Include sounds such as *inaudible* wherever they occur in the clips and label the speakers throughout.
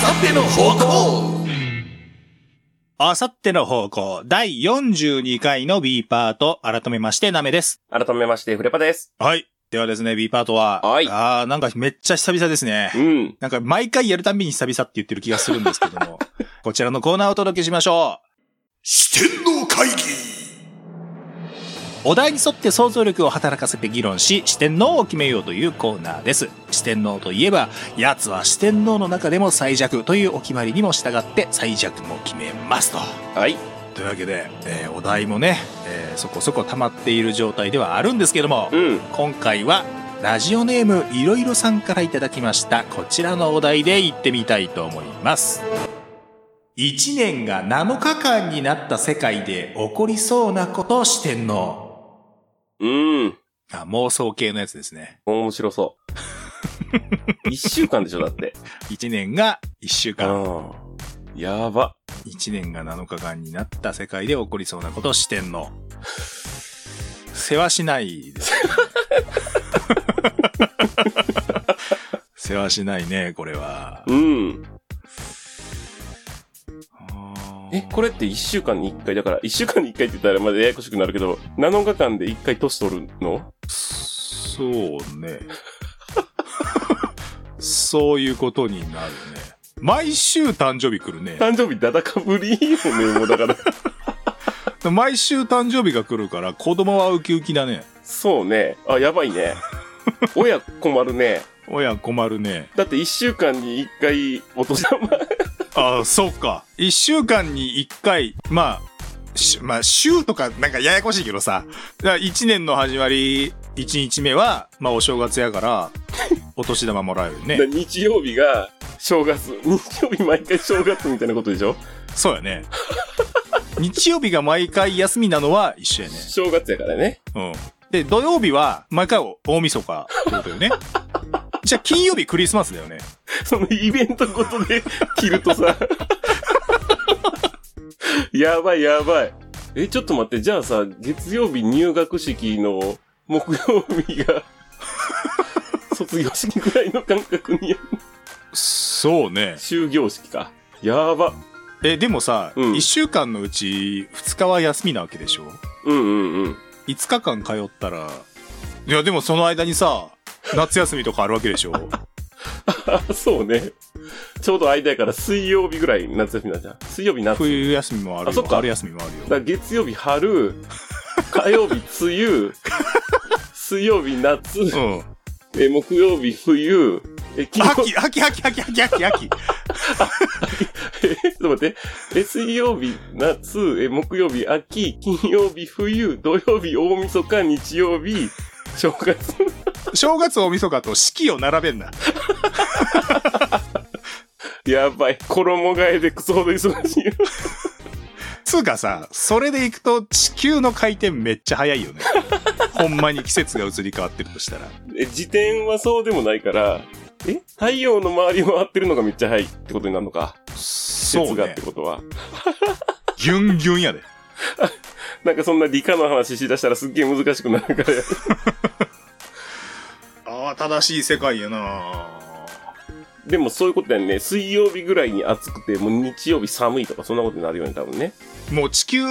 Speaker 1: 方向
Speaker 2: あさっての方向、第42回の B パート、改めまして、ナメです。
Speaker 3: 改めまして、フレパです。
Speaker 2: はい。ではですね、B パートは、
Speaker 3: はい
Speaker 2: あー、なんかめっちゃ久々ですね
Speaker 3: う。ん。
Speaker 2: なんか毎回やるたびに久々って言ってる気がするんですけど
Speaker 3: *laughs*
Speaker 2: も、こちらのコーナーをお届けしましょ
Speaker 1: 四天王会議
Speaker 2: う。お題に沿って想像力を働かせて議論し、四天王を決めようというコーナーです。四天王といえば、奴は四天王の中でも最弱というお決まりにも従って最弱も決めますと。
Speaker 3: はい。
Speaker 2: というわけで、えーお題もね、えーそこそこ溜まっている状態ではあるんですけども、
Speaker 3: うん。
Speaker 2: 今回はラジオネームいろいろさんからいただきましたこちらのお題で行ってみたいと思います1年が7日間になった世界で起こりそうなことをしてんの
Speaker 3: うん。
Speaker 2: あ妄想系のやつですね
Speaker 3: 面白 *laughs* そう。一週間でしょ、だって。
Speaker 2: 1年が1週
Speaker 3: う
Speaker 2: 間
Speaker 3: ん。やば。
Speaker 2: 1年が7日間になった世界で起こりそうなことをしてんの世話しないですね世話しないねこれは
Speaker 3: うん。え、
Speaker 2: え
Speaker 3: これって一週間に一回だから、一週間に一回って言ったらまだややこしくなるけど、7日間で一回年取るの
Speaker 2: そうね。そういうことになるね。毎週誕生日来る
Speaker 3: *laughs*
Speaker 2: ね。
Speaker 3: 誕生日だだかぶりよね、もうだ *laughs* から。
Speaker 2: 毎週誕生日が来るから子供はウキウキだね。
Speaker 3: そうね。あ、やばいね。親困るね。
Speaker 2: 親困るね。
Speaker 3: だって一週間に一回お年玉。
Speaker 2: ああ、そうか。一週間に一回、まあ、しまあ、週とか、なんかややこしいけどさ。だから一年の始まり、一日目は、まあお正月や *laughs* から、お年玉もらえるね。
Speaker 3: 日曜日が正月。日曜日毎回正月みたいなことでしょ
Speaker 2: そうやね。日曜日が毎回休みなのは一緒やね。
Speaker 3: 正月やからね。
Speaker 2: うん。で、土曜日は、毎回大晦日ってこと *laughs* よね。じゃあ、金曜日クリスマスだよね。
Speaker 3: そのイベントごとで着るとさ。 *laughs* やばいやばい。え、ちょっと待って、じゃあさ、月曜日入学式の木曜日が、 *laughs* 卒業式ぐらいの感覚に、
Speaker 2: そうね。
Speaker 3: 終業式か。やば。
Speaker 2: え、でもさ、一
Speaker 3: うん
Speaker 2: 1週間のうち、2日は休みなわけでしょ
Speaker 3: うんうんうん。
Speaker 2: ?5 日間通ったら、いや、でもその間にさ、夏休みとかあるわけで
Speaker 3: *laughs*
Speaker 2: しょ
Speaker 3: あ、そうね。ちょうど間やから水曜日ぐらい夏休みなんじゃん。水曜日夏。
Speaker 2: 冬休みもある
Speaker 3: あそ
Speaker 2: よ
Speaker 3: っ。か
Speaker 2: 春休みもある
Speaker 3: だ
Speaker 2: よ。
Speaker 3: から月曜日春、火曜日梅雨、水曜日夏、
Speaker 2: うん。
Speaker 3: え木曜日冬、え、金曜日、
Speaker 2: 秋、秋、秋、秋、秋、秋、秋。
Speaker 3: *laughs* え、ちょっと待って、え、水曜日夏、え、木曜日秋、金曜日冬、土曜日大晦日、日曜日、正月。
Speaker 2: 正月大晦日と四季を並べんな。
Speaker 3: やばい。衣替えでクソほど忙しいよ。
Speaker 2: つうかさ、それで行くと地球の回転めっちゃ早い
Speaker 3: *laughs*
Speaker 2: よね。ほんまに季節が移り変わってるとしたら。
Speaker 3: え、時点はそうでもないから、え太陽の周りを回ってるのがめっちゃ早いってことになるのか。
Speaker 2: そ
Speaker 3: 節
Speaker 2: う
Speaker 3: がっ
Speaker 2: ね
Speaker 3: て。ことは。
Speaker 2: ギュンギュンやで。
Speaker 3: なんかそんな理科の話しだしたらすっげえ難しくなるから。
Speaker 2: ああ、正しい世界やな
Speaker 3: でもそういうことだよね。水曜日ぐらいに暑くて、もう日曜日寒いとか、そんなことになるよね、多分ね。
Speaker 2: もう地球、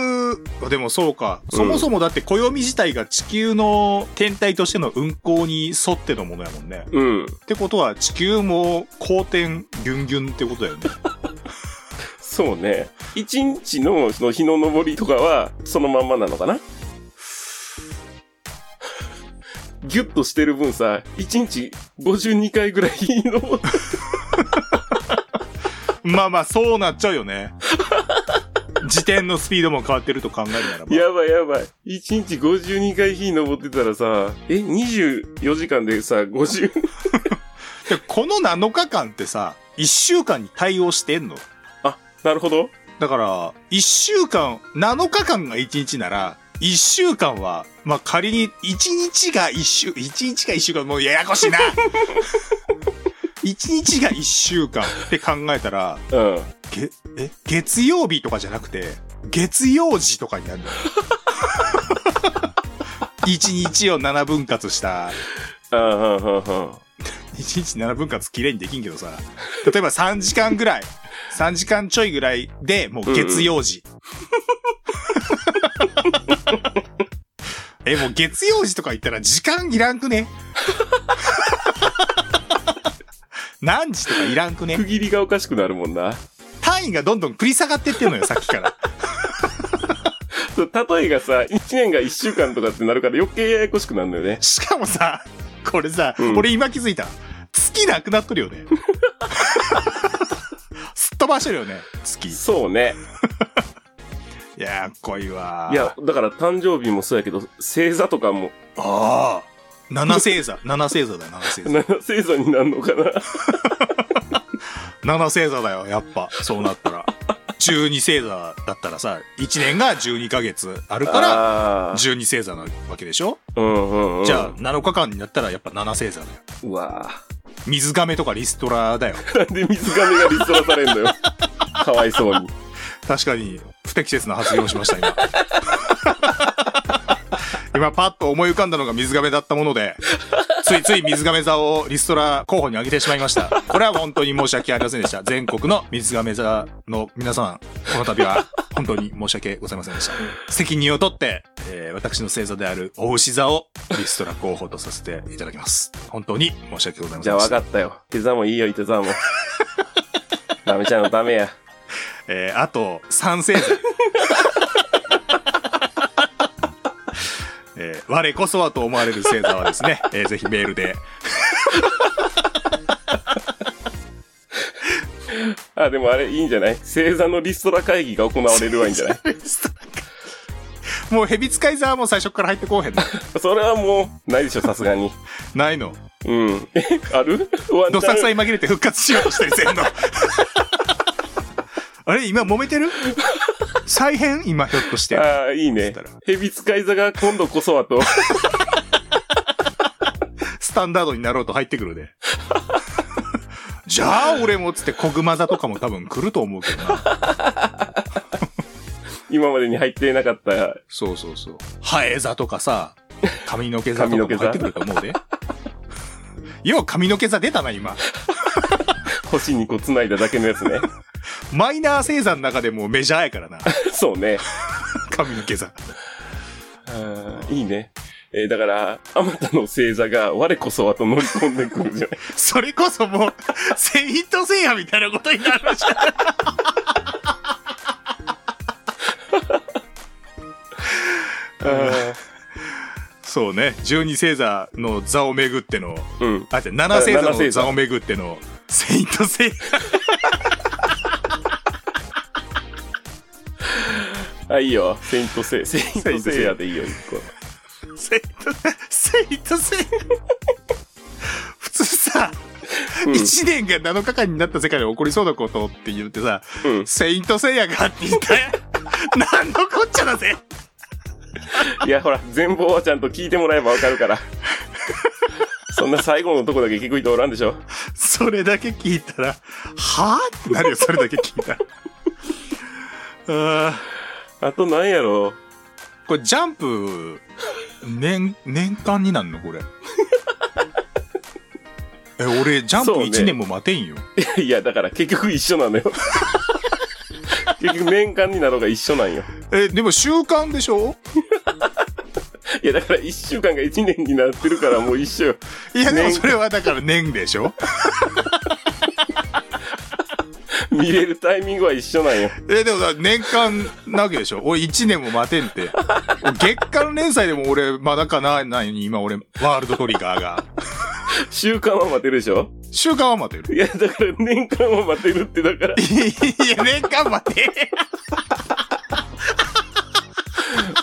Speaker 2: あでもそうか。
Speaker 3: うん
Speaker 2: そもそもだって暦自体が地球の天体としての運行に沿ってのものやもんね。
Speaker 3: うん。
Speaker 2: ってことは地球も公転ギュンギュンってことだ
Speaker 3: *laughs*
Speaker 2: よね。
Speaker 3: そうね。一日のその日の昇りとかは、そのまんまなのかなギュッとしてる分さ、一日52回ぐらいの、
Speaker 2: まあまあそうなっちゃう
Speaker 3: *laughs*
Speaker 2: よね。自転のスピードも変わってると考えるならば。
Speaker 3: やばいやばい。一日52回日登ってたらさ、え、24時間でさ、50、
Speaker 2: でこの7日間ってさ、1週間に対応してんの
Speaker 3: *laughs* あ、なるほど。
Speaker 2: だから、1週間、7日間が1日なら、1週間は、まあ、仮に1日が1週、1日が1週間、もうややこしいな1日が1週間って考えたら、
Speaker 3: うん。
Speaker 2: げ、え月曜日とかじゃなくて、月曜時とかになるのよ。1日を7分割した
Speaker 3: あはんはんはん。
Speaker 2: 1日7分割きれいにできんけどさ例えば3時間ぐらい3時間ちょいぐらいで、もう月曜時。 *laughs* え、もう月曜時とか言ったら時間いらんくね何時とかいらんくね
Speaker 3: 区切りがおかしくなるもんな。
Speaker 2: 単位がどんどん繰り下がってってんのよ、さっきから。
Speaker 3: そう例えがさ、1年が1週間とかってなるから余計ややこしくなるのよね。
Speaker 2: しかもさ、これさ、
Speaker 3: うん
Speaker 2: 俺今気づいた。月なくなっとる
Speaker 3: *laughs*
Speaker 2: よね。すっ飛ばしてるよね、月。い
Speaker 3: そうね。
Speaker 2: やー、濃いわー。
Speaker 3: いや、だから誕生日もそうやけど、星座とかも、
Speaker 2: ああ。七星座、七星座だよ、七
Speaker 3: *laughs*
Speaker 2: 星座。
Speaker 3: 7星座になるのかな。
Speaker 2: 七星座だよ、やっぱ。そうなったら。12星座だったらさ、1年が12ヶ月あるから、
Speaker 3: あー
Speaker 2: 12星座なわけでしょ、
Speaker 3: うんうんうん。
Speaker 2: じゃあ、7日間になったらやっぱ7星座だよ。
Speaker 3: うわ
Speaker 2: 水亀とかリストラだよ。
Speaker 3: ぁなんで水亀がリストラされんの *laughs* よ。かわいそうに。
Speaker 2: 確かに、不適切な発言をしました、今。 *laughs* 今、パッと思い浮かんだのが水亀だったもので、ついつい水亀座をリストラ候補に挙げてしまいました。これは本当に申し訳ありませんでした。全国の水亀座の皆さん、この度は本当に申し訳ございませんでした。責任を取って、えー私の星座であるお牛座をリストラ候補とさせていただきます。本当に申し訳ございま
Speaker 3: じ
Speaker 2: せ
Speaker 3: ゃ
Speaker 2: ん
Speaker 3: あ
Speaker 2: で
Speaker 3: 分
Speaker 2: した。
Speaker 3: かったよ。手座もいいよ、手座も。 *laughs* ダメちゃんのダメや。
Speaker 2: えーあと、三星座。 *laughs* えー我こそはと思われる星座はですね、えーぜひメールで。
Speaker 3: あ、でもあれいいんじゃない星座のリストラ会議が行われるわいいんじゃ *laughs* ない
Speaker 2: もう蛇使い座はもう最初から入ってこうへんの。
Speaker 3: それはもう、ないでしょ、さすがに。
Speaker 2: ないの。
Speaker 3: うん。え、あるワン
Speaker 2: ど
Speaker 3: チ
Speaker 2: さくさ
Speaker 3: ャン、
Speaker 2: に紛れて復活しようとしてる、全の。あれ今揉めてる再編今ひょっとして。
Speaker 3: ああ、いい
Speaker 2: そし
Speaker 3: ね
Speaker 2: たら。
Speaker 3: 蛇使い座が今度こそは *laughs* と。
Speaker 2: スタンダードになろうと入ってくるで。じゃあ俺もっつって小熊座とかも多分来ると思うけどな。
Speaker 3: 今までに入っていなかった。
Speaker 2: そうそうそう。ハエ座とか *laughs* さ、髪の毛座とかも入ってくると思うで。 *laughs* よう髪の毛座出たな、今。
Speaker 3: 星にこう繋いだだけのやつね。
Speaker 2: マイナー星座の中でもメジャーやから *laughs* な。
Speaker 3: *laughs* そうね。
Speaker 2: 髪の毛座。
Speaker 3: あーいいね。えーだから、あまたの星座が我こそはと乗り込んでくるじゃない。
Speaker 2: それこそもう、千人と千夜みたいなことになるじゃん。
Speaker 3: *laughs* あ
Speaker 2: *laughs* そうね。十二星座の座をめぐっての、
Speaker 3: ーうん。
Speaker 2: あ、じゃ七星座
Speaker 3: 七
Speaker 2: の
Speaker 3: 星座
Speaker 2: 座をめぐっての、千人と千夜。
Speaker 3: あ、いいよ。セイントセイ、セイン
Speaker 2: セイン
Speaker 3: ト
Speaker 2: トセイ
Speaker 3: セイヤでいいよ、一個。
Speaker 2: セイント、セイントセイヤ。 *laughs* 普通さ、
Speaker 3: うん
Speaker 2: 一年が7日間になった世界で起こりそうなことって言ってさ、
Speaker 3: うん
Speaker 2: セイントセイヤがあって言っ
Speaker 3: *laughs*
Speaker 2: たら、なんのこっちゃだぜ。
Speaker 3: いや、ほら、全貌はちゃんと聞いてもらえばわかる *laughs* から。そんな最後のとこだけ聞く人おらんでしょ
Speaker 2: それだけ聞いたら、はぁってなるよ、それだけ聞
Speaker 3: *laughs*
Speaker 2: いたら。あ
Speaker 3: あとなんやろ
Speaker 2: ーこれジャンプ、年、年間になん
Speaker 3: *laughs*
Speaker 2: のこれ。え、俺、ジャンプ
Speaker 3: そうね
Speaker 2: 1年も待てんよ。
Speaker 3: う。 *laughs* いや、だから結局一緒なのよ。結局年間になろうが一緒なんよ。
Speaker 2: え、でも習慣でしょ
Speaker 3: いや、だから一週間が一年になってるからもう一緒よ。
Speaker 2: いや、でも
Speaker 3: 年
Speaker 2: それはだから年でしょ
Speaker 3: 見れるタイミングは一緒なんよ。
Speaker 2: え、でもだ、年間なわけでしょ俺1年も待てんって。月間連載でも俺、まだかな、ないのに今俺、ワールドトリガーが。
Speaker 3: 週間は待てるでしょ
Speaker 2: 週間は待てる。
Speaker 3: いや、だから年間は待てるって、だから、
Speaker 2: いや、年間待て。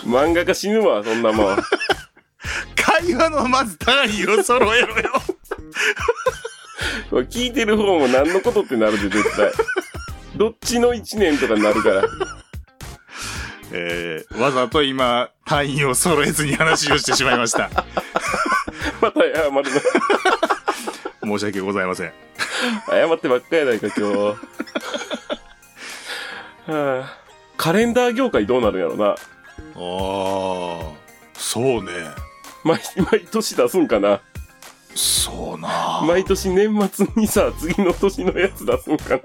Speaker 3: 漫画家死ぬわ、そんなもん。
Speaker 2: 会話のまず単位を揃えろよ。
Speaker 3: これ聞いてる方も何のことってなるで、絶対。どっちの一年とかになるから。
Speaker 2: えー、わざと今、単位を揃えずに話をしてしまいました。
Speaker 3: また謝るの。
Speaker 2: 申し訳ございません。
Speaker 3: 謝ってばっかりやないか、今日。はあ、カレンダー業界どうなるんやろな。
Speaker 2: あー、そうね。
Speaker 3: 毎 *laughs* 毎年出すんかな。
Speaker 2: そうな
Speaker 3: 毎年年末にさ、次の年のやつ出すんかな。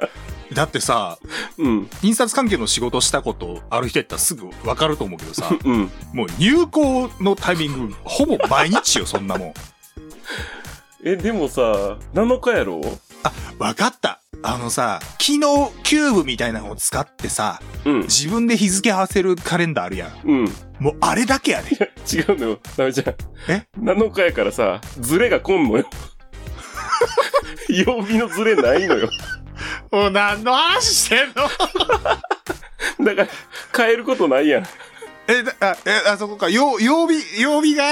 Speaker 2: だってさ、
Speaker 3: うん。
Speaker 2: 印刷関係の仕事したことある人やったらすぐわかると思うけどさ、
Speaker 3: うん。
Speaker 2: もう入稿のタイミング、ほぼ毎日よ、そんなもん。 *laughs*
Speaker 3: え、でもさ、7日やろ
Speaker 2: わかった。あのさ、昨日キューブみたいなのを使ってさ、
Speaker 3: うん。
Speaker 2: 自分で日付合わせるカレンダーあるやん。
Speaker 3: うん。違
Speaker 2: もうあれだけや
Speaker 3: う
Speaker 2: で。
Speaker 3: のよ、ダメちゃん。
Speaker 2: え
Speaker 3: ?7 日やからさ、ズレが来
Speaker 2: *laughs*
Speaker 3: んのよ。曜日のズレないのよ。
Speaker 2: *laughs* もう何の話してんの
Speaker 3: だから、変えることないやん。
Speaker 2: え、だあ、え、あそこか。曜、曜日、曜日が、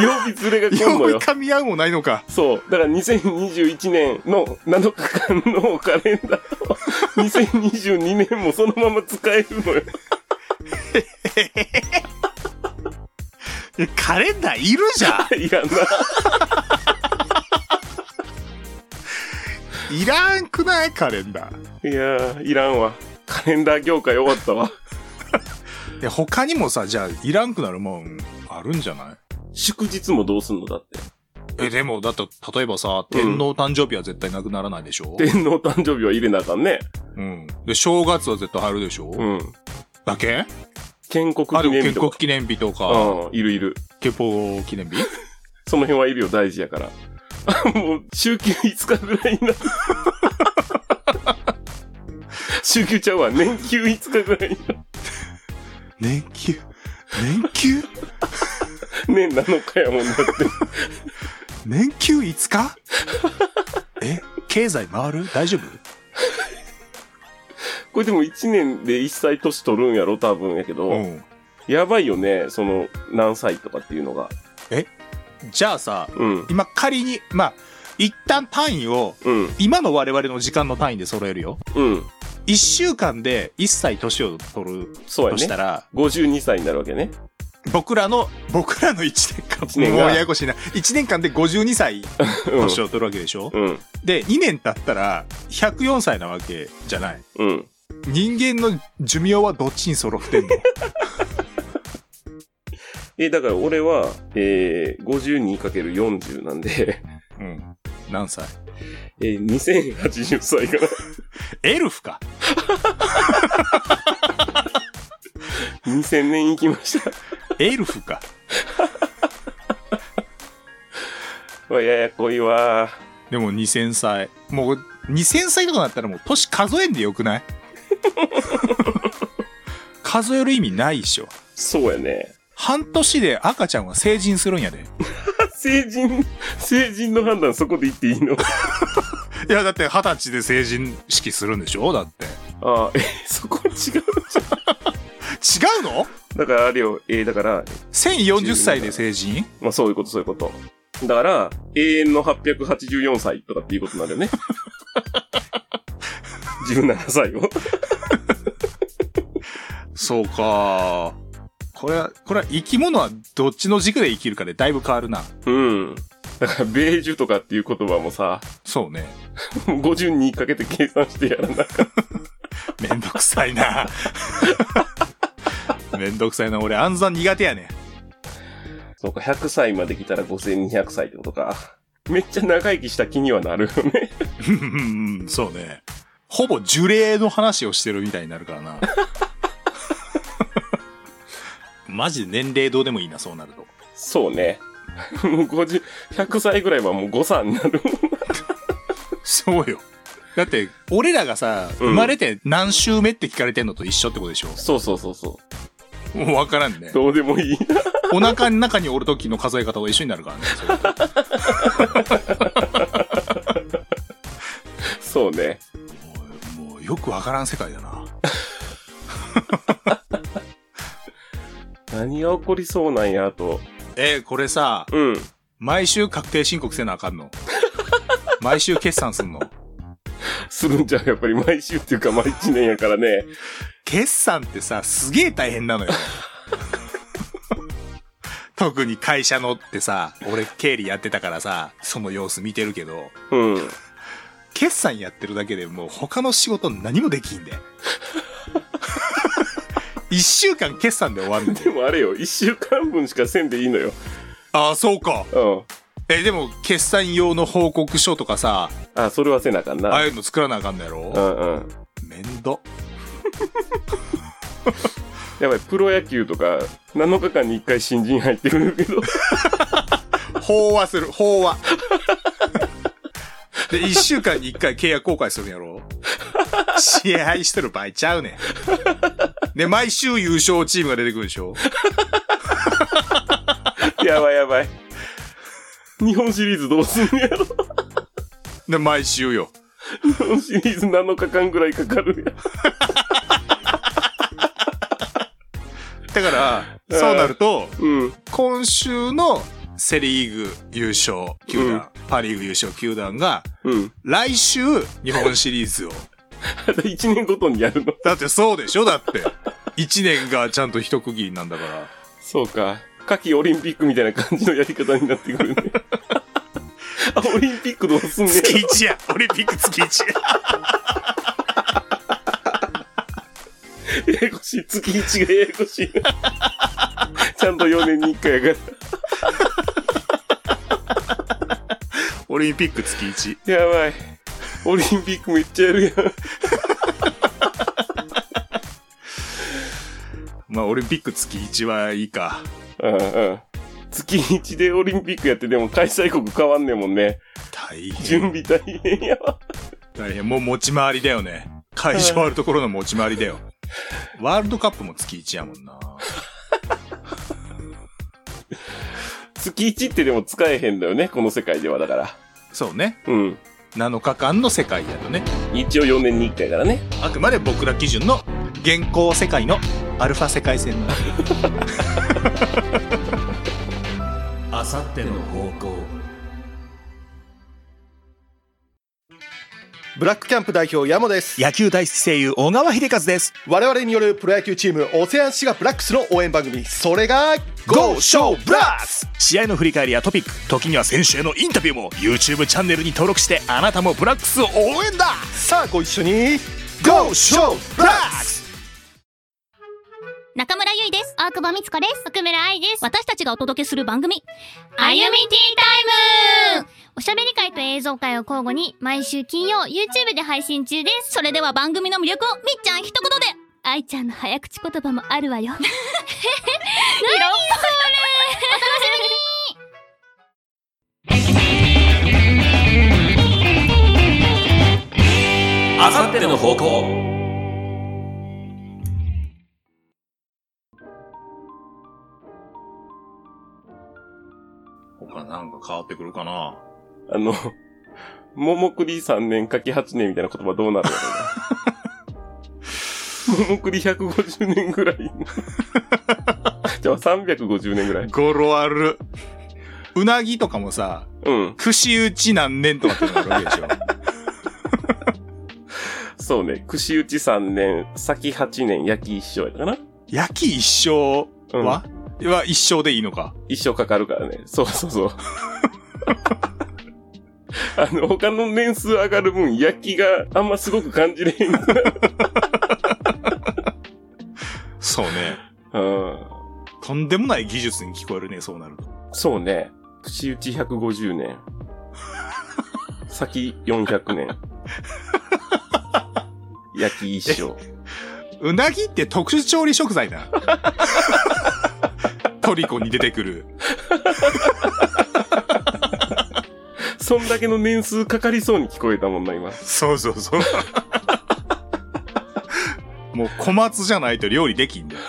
Speaker 3: 曜日ズレが来んの
Speaker 2: 曜
Speaker 3: よ
Speaker 2: 日。噛み合うもないのか。
Speaker 3: そう。だから2021年の7日間のカレンダーを2022年もそのまま使えるのよ。
Speaker 2: えカレンダーいるじゃ
Speaker 3: いや
Speaker 2: ん。 *laughs* いらんくないカレンダ
Speaker 3: な。
Speaker 2: ー。
Speaker 3: いやー、いらんわ。カレンダー業界終わ
Speaker 2: *laughs*
Speaker 3: ったわ。
Speaker 2: で、他にもさ、じゃあ、いらんくなるもん、あるんじゃない
Speaker 3: 祝日もどうすんのだって。
Speaker 2: え、でも、だって、例えばさ、天皇誕生日は絶対なくならないでしょ、
Speaker 3: 天皇誕生日は入れなあかんね。
Speaker 2: うん。で、正月は絶対入るでしょ、
Speaker 3: うん。
Speaker 2: だけ
Speaker 3: 建国
Speaker 2: あ
Speaker 3: 記念
Speaker 2: る建
Speaker 3: 日と
Speaker 2: 国
Speaker 3: か。
Speaker 2: 記念日とか、
Speaker 3: うん、いるいる。
Speaker 2: 憲法記念日
Speaker 3: その辺はいるよ、大事やから。 *laughs* もう、週休5日ぐらいになる。 *laughs* 週休ちゃうわ。年休5日ぐらいになる。
Speaker 2: 年休年休
Speaker 3: 年7日やもんだって。
Speaker 2: 年休5日
Speaker 3: *laughs*
Speaker 2: え経済回る大丈夫
Speaker 3: これでも1年で1歳年取るんやろ、多分やけど。
Speaker 2: うん。
Speaker 3: やばいよね、その、何歳とかっていうのが。
Speaker 2: じゃあさ、
Speaker 3: うん。
Speaker 2: 今仮に、まあ、一旦単位を、
Speaker 3: うん。
Speaker 2: 今の我々の時間の単位で揃えるよ。
Speaker 3: うん。
Speaker 2: 1週間で1歳年を取る
Speaker 3: そう
Speaker 2: と
Speaker 3: や
Speaker 2: した
Speaker 3: ね。
Speaker 2: ら、
Speaker 3: 52歳になるわけね。
Speaker 2: 僕らの、僕らの1年間、
Speaker 3: 一年
Speaker 2: も
Speaker 3: が
Speaker 2: うややこしいな。1年間で52歳年
Speaker 3: う
Speaker 2: を取るわけでしょ、
Speaker 3: ん。うん。
Speaker 2: で、2年経ったら104歳なわけじゃない。
Speaker 3: うん。
Speaker 2: 人間の寿命はどっちに揃ってんの
Speaker 3: え、だから俺は、えー、52×40 なんで、
Speaker 2: *laughs*
Speaker 3: *laughs*
Speaker 2: うん。何歳
Speaker 3: えー、2080歳か
Speaker 2: エルフか。
Speaker 3: な。2000年行きました。
Speaker 2: エルフか。
Speaker 3: うわややこいわ。
Speaker 2: でも2000歳。もう2000歳とかなったらもう年数えんでよ *laughs* くない数える意味ないでしょ。
Speaker 3: そうやね。
Speaker 2: 半年で赤ちゃんは成人するんやで。
Speaker 3: 成人、成人の判断そこで言っていいの
Speaker 2: いや、だって二十歳で成人式するんでしょだって。
Speaker 3: あーえ、そこ違うじゃん。
Speaker 2: 違うの
Speaker 3: だからあれよ、えー、だから、
Speaker 2: ?1040 歳で成人
Speaker 3: まあそういうことそういうこと。だから、永遠の884歳とかっていうことになるよね。17歳を。
Speaker 2: そうか。これは、これは生き物はどっちの軸で生きるかでだいぶ変わるな。
Speaker 3: うん。だから、ベージュとかっていう言葉もさ、 *laughs*
Speaker 2: そうね。
Speaker 3: もう52かけて計算してやらな。
Speaker 2: めんどくさいな。 *laughs* めんどくさいな。俺暗算苦手やね。 *laughs*
Speaker 3: そうか、100歳まで来たら5200歳ってことか。めっちゃ長生きした気にはなるよね。
Speaker 2: うんうんそうね。ほぼ樹齢の話をしてるみたいになるからな。 *laughs* マジで年齢どうでもいいな、そうなると。
Speaker 3: *laughs* そう *laughs* ね。もう50、100歳ぐらいはもう誤差になる。
Speaker 2: そうよ。だって、俺らがさ、
Speaker 3: うん
Speaker 2: 生まれて何週目って聞かれてんのと一緒ってことでしょ
Speaker 3: そうそうそうそ
Speaker 2: もうわからんね
Speaker 3: う。。どうでもい *laughs* い。
Speaker 2: お腹の中におる時の数え方は一緒になるからね。それ
Speaker 3: そうね。
Speaker 2: もうもうよくわからん世界だな。
Speaker 3: 何が起こりそうなんや、あと。
Speaker 2: えーこれさ、
Speaker 3: うん。
Speaker 2: 毎週確定申告せなあかんの毎週決算すんの
Speaker 3: するんじゃうやっぱり毎週っていうか、毎一年やからね。
Speaker 2: 決算ってさ、すげえ大変なのよ。特に会社のってさ、俺経理やってたからさ、その様子見てるけど、
Speaker 3: うん。
Speaker 2: 決算やってるだけでもう他の仕事何もできんで。一週間決算で終わるんで。
Speaker 3: でもあれよ、一週間分しかせんでいいのよ。
Speaker 2: ああ、そうか。
Speaker 3: うん。
Speaker 2: え、でも決算用の報告書とかさ、
Speaker 3: あ、それはせなあかん
Speaker 2: ああ
Speaker 3: な。
Speaker 2: いうの作らなあかんのや
Speaker 3: う
Speaker 2: ろ
Speaker 3: んうん。
Speaker 2: めんど。
Speaker 3: やばい、プロ野球とか、7日間に1回新人入ってくるけ *laughs* ど、
Speaker 2: 飽和する、飽和。で、1週間に1回契約更改するんやろ試合してる場合ちゃうねん。で、毎週優勝チームが出てくるでしょ
Speaker 3: やばいやばい。日本シリーズどうすんのやろ
Speaker 2: で、毎週よ。
Speaker 3: 日本シリーズ7日間ぐらいかかるやん
Speaker 2: だから、そうなると、
Speaker 3: うん。
Speaker 2: 今週のセリーグ優勝球団、パリーグ優勝球団が、
Speaker 3: うん。
Speaker 2: 来週、日本シリーズを。
Speaker 3: あと1年ごとにやるの。
Speaker 2: だってそうでしょだって。一年がちゃんと一区切りなんだから。
Speaker 3: そうか。夏季オリンピックみたいな感じのやり方になって *laughs* くるね。あ、オリンピックどうすんね
Speaker 2: 月一や。オリンピック月一や。
Speaker 3: ややこしい。月1がややこしいな。ちゃんと4年に1回やか
Speaker 2: オリンピック月一。
Speaker 3: ら。やばい。オリンピックめっちゃやるやん。
Speaker 2: まあ、オリンピック月一はいいか。
Speaker 3: うんうん。月1でオリンピックやってでも開催国変わんねえもんね。
Speaker 2: 大
Speaker 3: 準
Speaker 2: 変。
Speaker 3: 備大変やわ。
Speaker 2: 大変。もう持ち回りだよね。会場あるところの持ち回りだよ。ワールドカップも月一やもんな。
Speaker 3: 月1ってでも使えへんだよね。この世界ではだから。
Speaker 2: そうね。
Speaker 3: うん。
Speaker 2: 7日間の世界やとね。
Speaker 3: 一応4年に1回からね。
Speaker 2: あくまで僕ら基準の現行世界のアルファ世界線の *laughs* あさっての方向
Speaker 4: ブラックキャンプ代表ヤモです
Speaker 2: 野球大好き声優小川秀和です
Speaker 4: 我々によるプロ野球チームオセアンシガブラックスの応援番組それが
Speaker 2: GO SHOW ブラス試合の振り返りやトピック時には選手へのインタビューも YouTube チャンネルに登録してあなたもブラックスを応援だ
Speaker 4: さあご一緒に
Speaker 2: GO SHOW ブラス
Speaker 5: 中村ゆいです。大久保美津子です。奥村愛です。私たちがお届けする番組、あゆみティータイムおしゃべり会と映像会を交互に毎週金曜 YouTube で配信中です。それでは番組の魅力をみっちゃん一言で愛ちゃんの早口言葉もあるわよ。 *laughs* 何それお楽しみに
Speaker 1: あさっての方向
Speaker 2: 他なんか変わってくるかな
Speaker 3: あの、桃栗3年、柿8年みたいな言葉どうなるのかな。桃栗150年ぐらい。じゃあ350年ぐらい。
Speaker 2: ゴロあるうなぎとかもさ
Speaker 3: うん。
Speaker 2: 串打ち何年とかってなるわけでしょ
Speaker 3: そうね。串打ち3年、先8年、焼き一生やったかな。
Speaker 2: 焼き一生
Speaker 3: うん。
Speaker 2: は、は一生でいいのか
Speaker 3: 一生かかるからね。そうそうそう。 *laughs* あの、他の年数上がる分、焼きがあんますごく感じれへん。うん。
Speaker 2: そう *laughs* ね。とんでもない技術に聞こえるね、そうなると。
Speaker 3: そうね。口打ち150年。先400年。焼き一生。
Speaker 2: うなぎって特殊調理食材 *laughs* だ。トリコに出てくる。
Speaker 3: そんだけの年数かかりそうに聞こえたもんな、今。
Speaker 2: そうそうそう。 *laughs* もう小松じゃないと料理できん *laughs* だよ。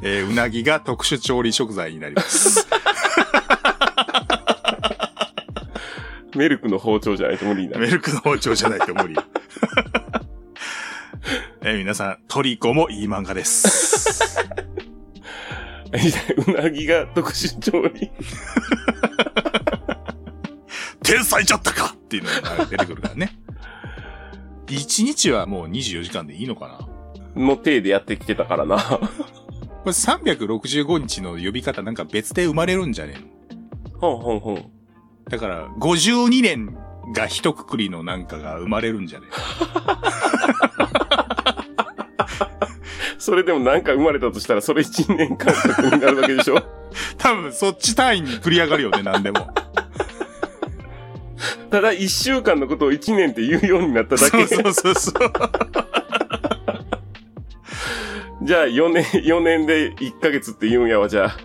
Speaker 2: えーうなぎが特殊調理食材になります。
Speaker 3: メルクの包丁じゃないと無理だ。
Speaker 2: メルクの包丁じゃないと無理。 *laughs* えー皆さん、トリコもいい漫
Speaker 3: *laughs*
Speaker 2: 画です。
Speaker 3: うなぎが特殊調理。
Speaker 2: 天才じゃったかっていうのが出てくるからね。一日はもう24時間でいいのかな
Speaker 3: の体でやってきてたからな。
Speaker 2: これ365日の呼び方なんか別で生まれるんじゃねえの
Speaker 3: ほんほんほん。
Speaker 2: だから、52年が一括りのなんかが生まれるんじゃね
Speaker 3: それでもなんか生まれたとしたら、それ1年
Speaker 2: *laughs*
Speaker 3: 間隔になるわけでしょ。
Speaker 2: えの多分そっち単位に繰り上がるよね、なんでも。
Speaker 3: ただ一週間のことを一年って言うようになっただ
Speaker 2: そ
Speaker 3: け
Speaker 2: う。そうそうそう。
Speaker 3: じゃあ4年、4年で1ヶ月って言うんやわ、じゃあ。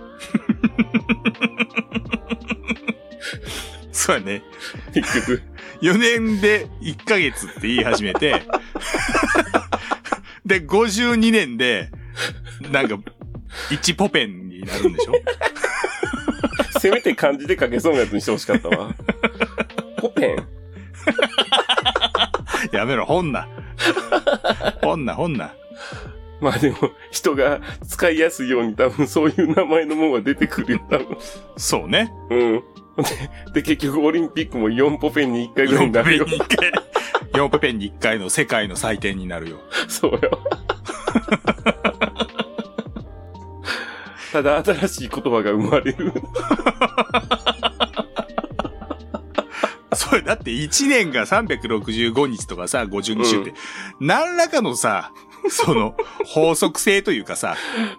Speaker 2: そうやね。
Speaker 3: 結局。
Speaker 2: 4年で1ヶ月って言い始めて、 *laughs* で、52年で、なんか、1ポペンになるんでしょ *laughs*
Speaker 3: せめて漢字で書けそうなやつにしてほしかったわ。ポペン
Speaker 2: やめろ、ほんな。ほんな、ほんな。
Speaker 3: まあでも、人が使いやすいように多分そういう名前のもんは出てくるよ、多分。
Speaker 2: そうね。
Speaker 3: うん。で、で結局オリンピックも4ポペンに1回ぐらいになるよ
Speaker 2: 4。ポペンに1回。4ポペンに1回の世界の祭典になるよ。
Speaker 3: *laughs* そうよ。ただ新しい言葉が生まれる。
Speaker 2: それだって1年が365日とかさ、52週って、何らかのさ、その、法則性というかさ、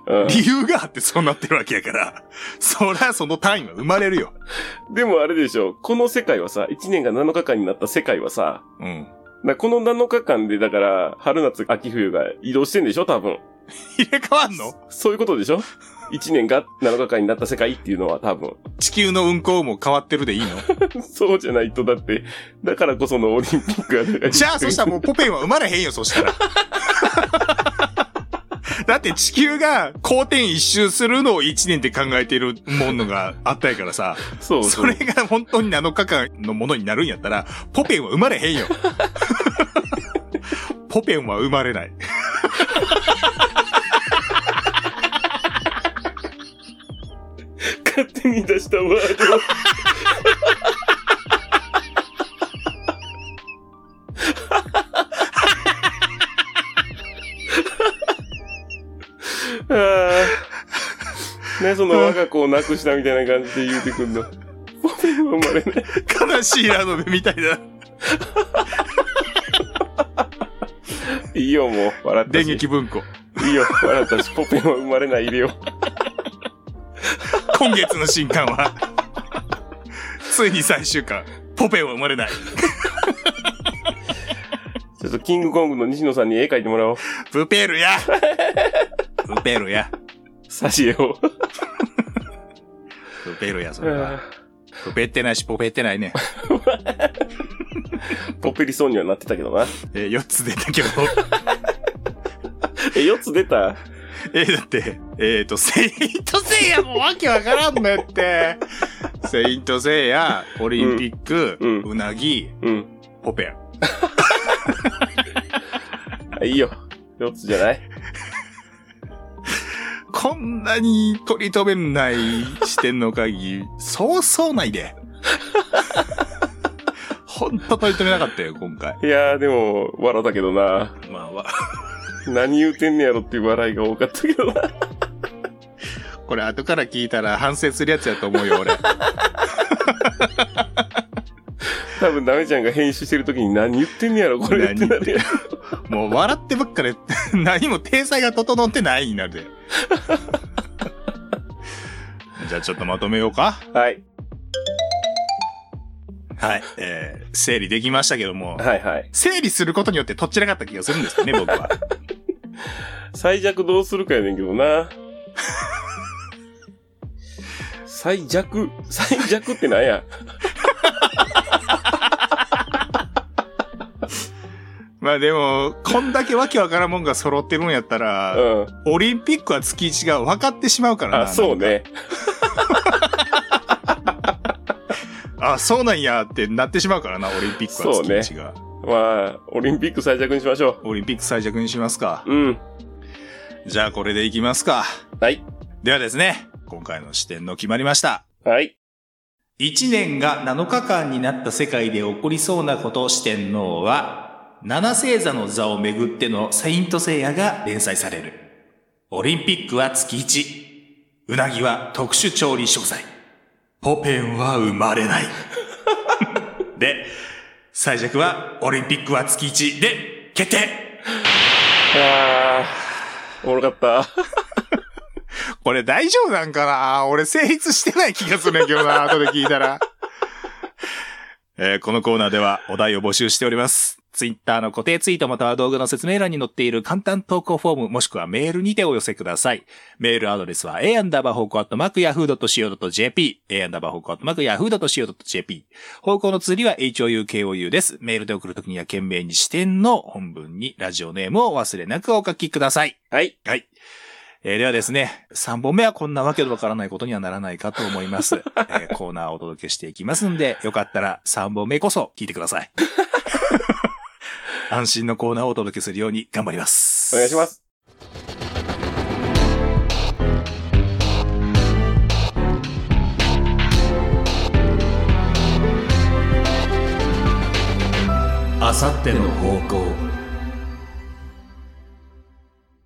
Speaker 3: うん
Speaker 2: 理由があってそうなってるわけやから、そらその単位は生まれるよ。
Speaker 3: でもあれでしょ、この世界はさ、1年が7日間になった世界はさ、
Speaker 2: うん。
Speaker 3: なこの7日間でだから、春夏秋冬が移動してんでしょ多分。
Speaker 2: 入れ替わんの
Speaker 3: そういうことでしょ ?1 年が7日間になった世界っていうのは多分。
Speaker 2: 地球の運行も変わってるでいい *laughs* の
Speaker 3: そうじゃないと、だって、だからこそのオリンピックがだから。
Speaker 2: じゃあそしたらもうポペンは生まれへんよ、そしたら。 *laughs* だって地球が公転一周するのを1年って考えてるものがあったやからさ、
Speaker 3: そうそ
Speaker 2: そうれが本当に7日間のものになるんやったら、ポペンは生まれへんよ。 *laughs* ポペンは生まれない。
Speaker 3: 勝手に出したワード。ああ。ね、その我が子を亡くしたみたいな感じで言うてくんの。俺は生まれない。
Speaker 2: 悲しいラノベみたいな。
Speaker 3: いいよ、もう。笑った
Speaker 2: 電
Speaker 3: し。
Speaker 2: 撃文庫。
Speaker 3: いいよ、笑ったし。ポペンは生まれない。いるよ。
Speaker 2: 今月の新刊は、ついに最終巻。ポペンは生まれない。
Speaker 3: ちょっとキングコングの西野さんに絵描いてもらおう。
Speaker 2: プペルや。プペルや。
Speaker 3: 挿絵を。
Speaker 2: プペルや、それは。プペってないし、ポペってないね。
Speaker 3: ポペリそうにはなってたけどな。
Speaker 2: えー、4つ出たけど。
Speaker 3: え、4つ出た
Speaker 2: えー、だって、えっ、ー、と、セイントセイヤもうわけわからんのやって。セイントセイヤ、オリンピック、う
Speaker 3: うんう
Speaker 2: なぎ、
Speaker 3: うん。
Speaker 2: ポペ
Speaker 3: *laughs*
Speaker 2: ン。
Speaker 3: いいよ。4つじゃない
Speaker 2: こんなに取り留めない視点の会議、そうそうないで。ほんと取り留めなかったよ、今回。
Speaker 3: いやー、でも、笑ったけどな。
Speaker 2: まあわ、
Speaker 3: 何言うてんねやろっていう笑いが多かったけどな。
Speaker 2: これ後から聞いたら反省するやつやと思うよ、俺。
Speaker 3: 多分、ダメちゃんが編集してる時に何言ってんねやろ、これってなるやん
Speaker 2: もう笑ってばっかで、 *laughs* 何も体裁が整ってないになる
Speaker 3: *laughs*
Speaker 2: で。じゃあちょっとまとめようか。
Speaker 3: はい。
Speaker 2: はい。えー、整理できましたけども、
Speaker 3: はいはい。
Speaker 2: 整理することによってとっちらかった気がするんです
Speaker 3: *laughs*
Speaker 2: よね、僕は。
Speaker 3: 最弱どうするかやねんけどな。最弱最弱ってなんや
Speaker 2: まあでも、こんだけわけわからんもんが揃ってるんやったら、
Speaker 3: うん。
Speaker 2: オリンピックは月1が分かってしまうからな。
Speaker 3: あ、そうね。
Speaker 2: あ、そうなんやってなってしまうからな、オリンピックは
Speaker 3: そうね
Speaker 2: 月1が。
Speaker 3: まあ、オリンピック最弱にしましょ
Speaker 2: オリンピック最弱にしますか
Speaker 3: う。。うん。
Speaker 2: じゃあこれでいきますか。
Speaker 3: はい。
Speaker 2: ではですね、今回の視点の決まりました。
Speaker 3: はい。
Speaker 2: 1年が7日間になった世界で起こりそうなこと四天王は、七星座の座をめぐってのサイント聖夜が連載される。オリンピックは月1。うなぎは特殊調理食材。ポペンは生まれない。 *laughs* で、最弱はオリンピックは月1で決定
Speaker 3: あー、おもろかった。
Speaker 2: これ大丈夫なんかな俺成立してない気がするんだけどな、後で聞いたら。えーこのコーナーではお題を募集しております。ツイッターの固定ツイートまたは動画の説明欄に載っている簡単投稿フォームもしくはメールにてお寄せください。メールアドレスは a アンダーバー方向アットマークヤフー .co.jp a アンダーバー方向アットマークヤフー .co.jp 方向の釣りは houkou です。メールで送るときには懸命に視点の本文にラジオネームをお忘れなくお書きください。
Speaker 3: はい。
Speaker 2: はい。えーではですね、3本目はこんなわけのわからないことにはならないかと思
Speaker 3: *laughs*
Speaker 2: います。えーコーナーをお届けしていきますんで、よかったら3本目こそ聞いてく
Speaker 3: *laughs*
Speaker 2: ださい。安心のコーナーをお届けするように頑張ります。。
Speaker 3: お願いしますす。
Speaker 1: あさっての方向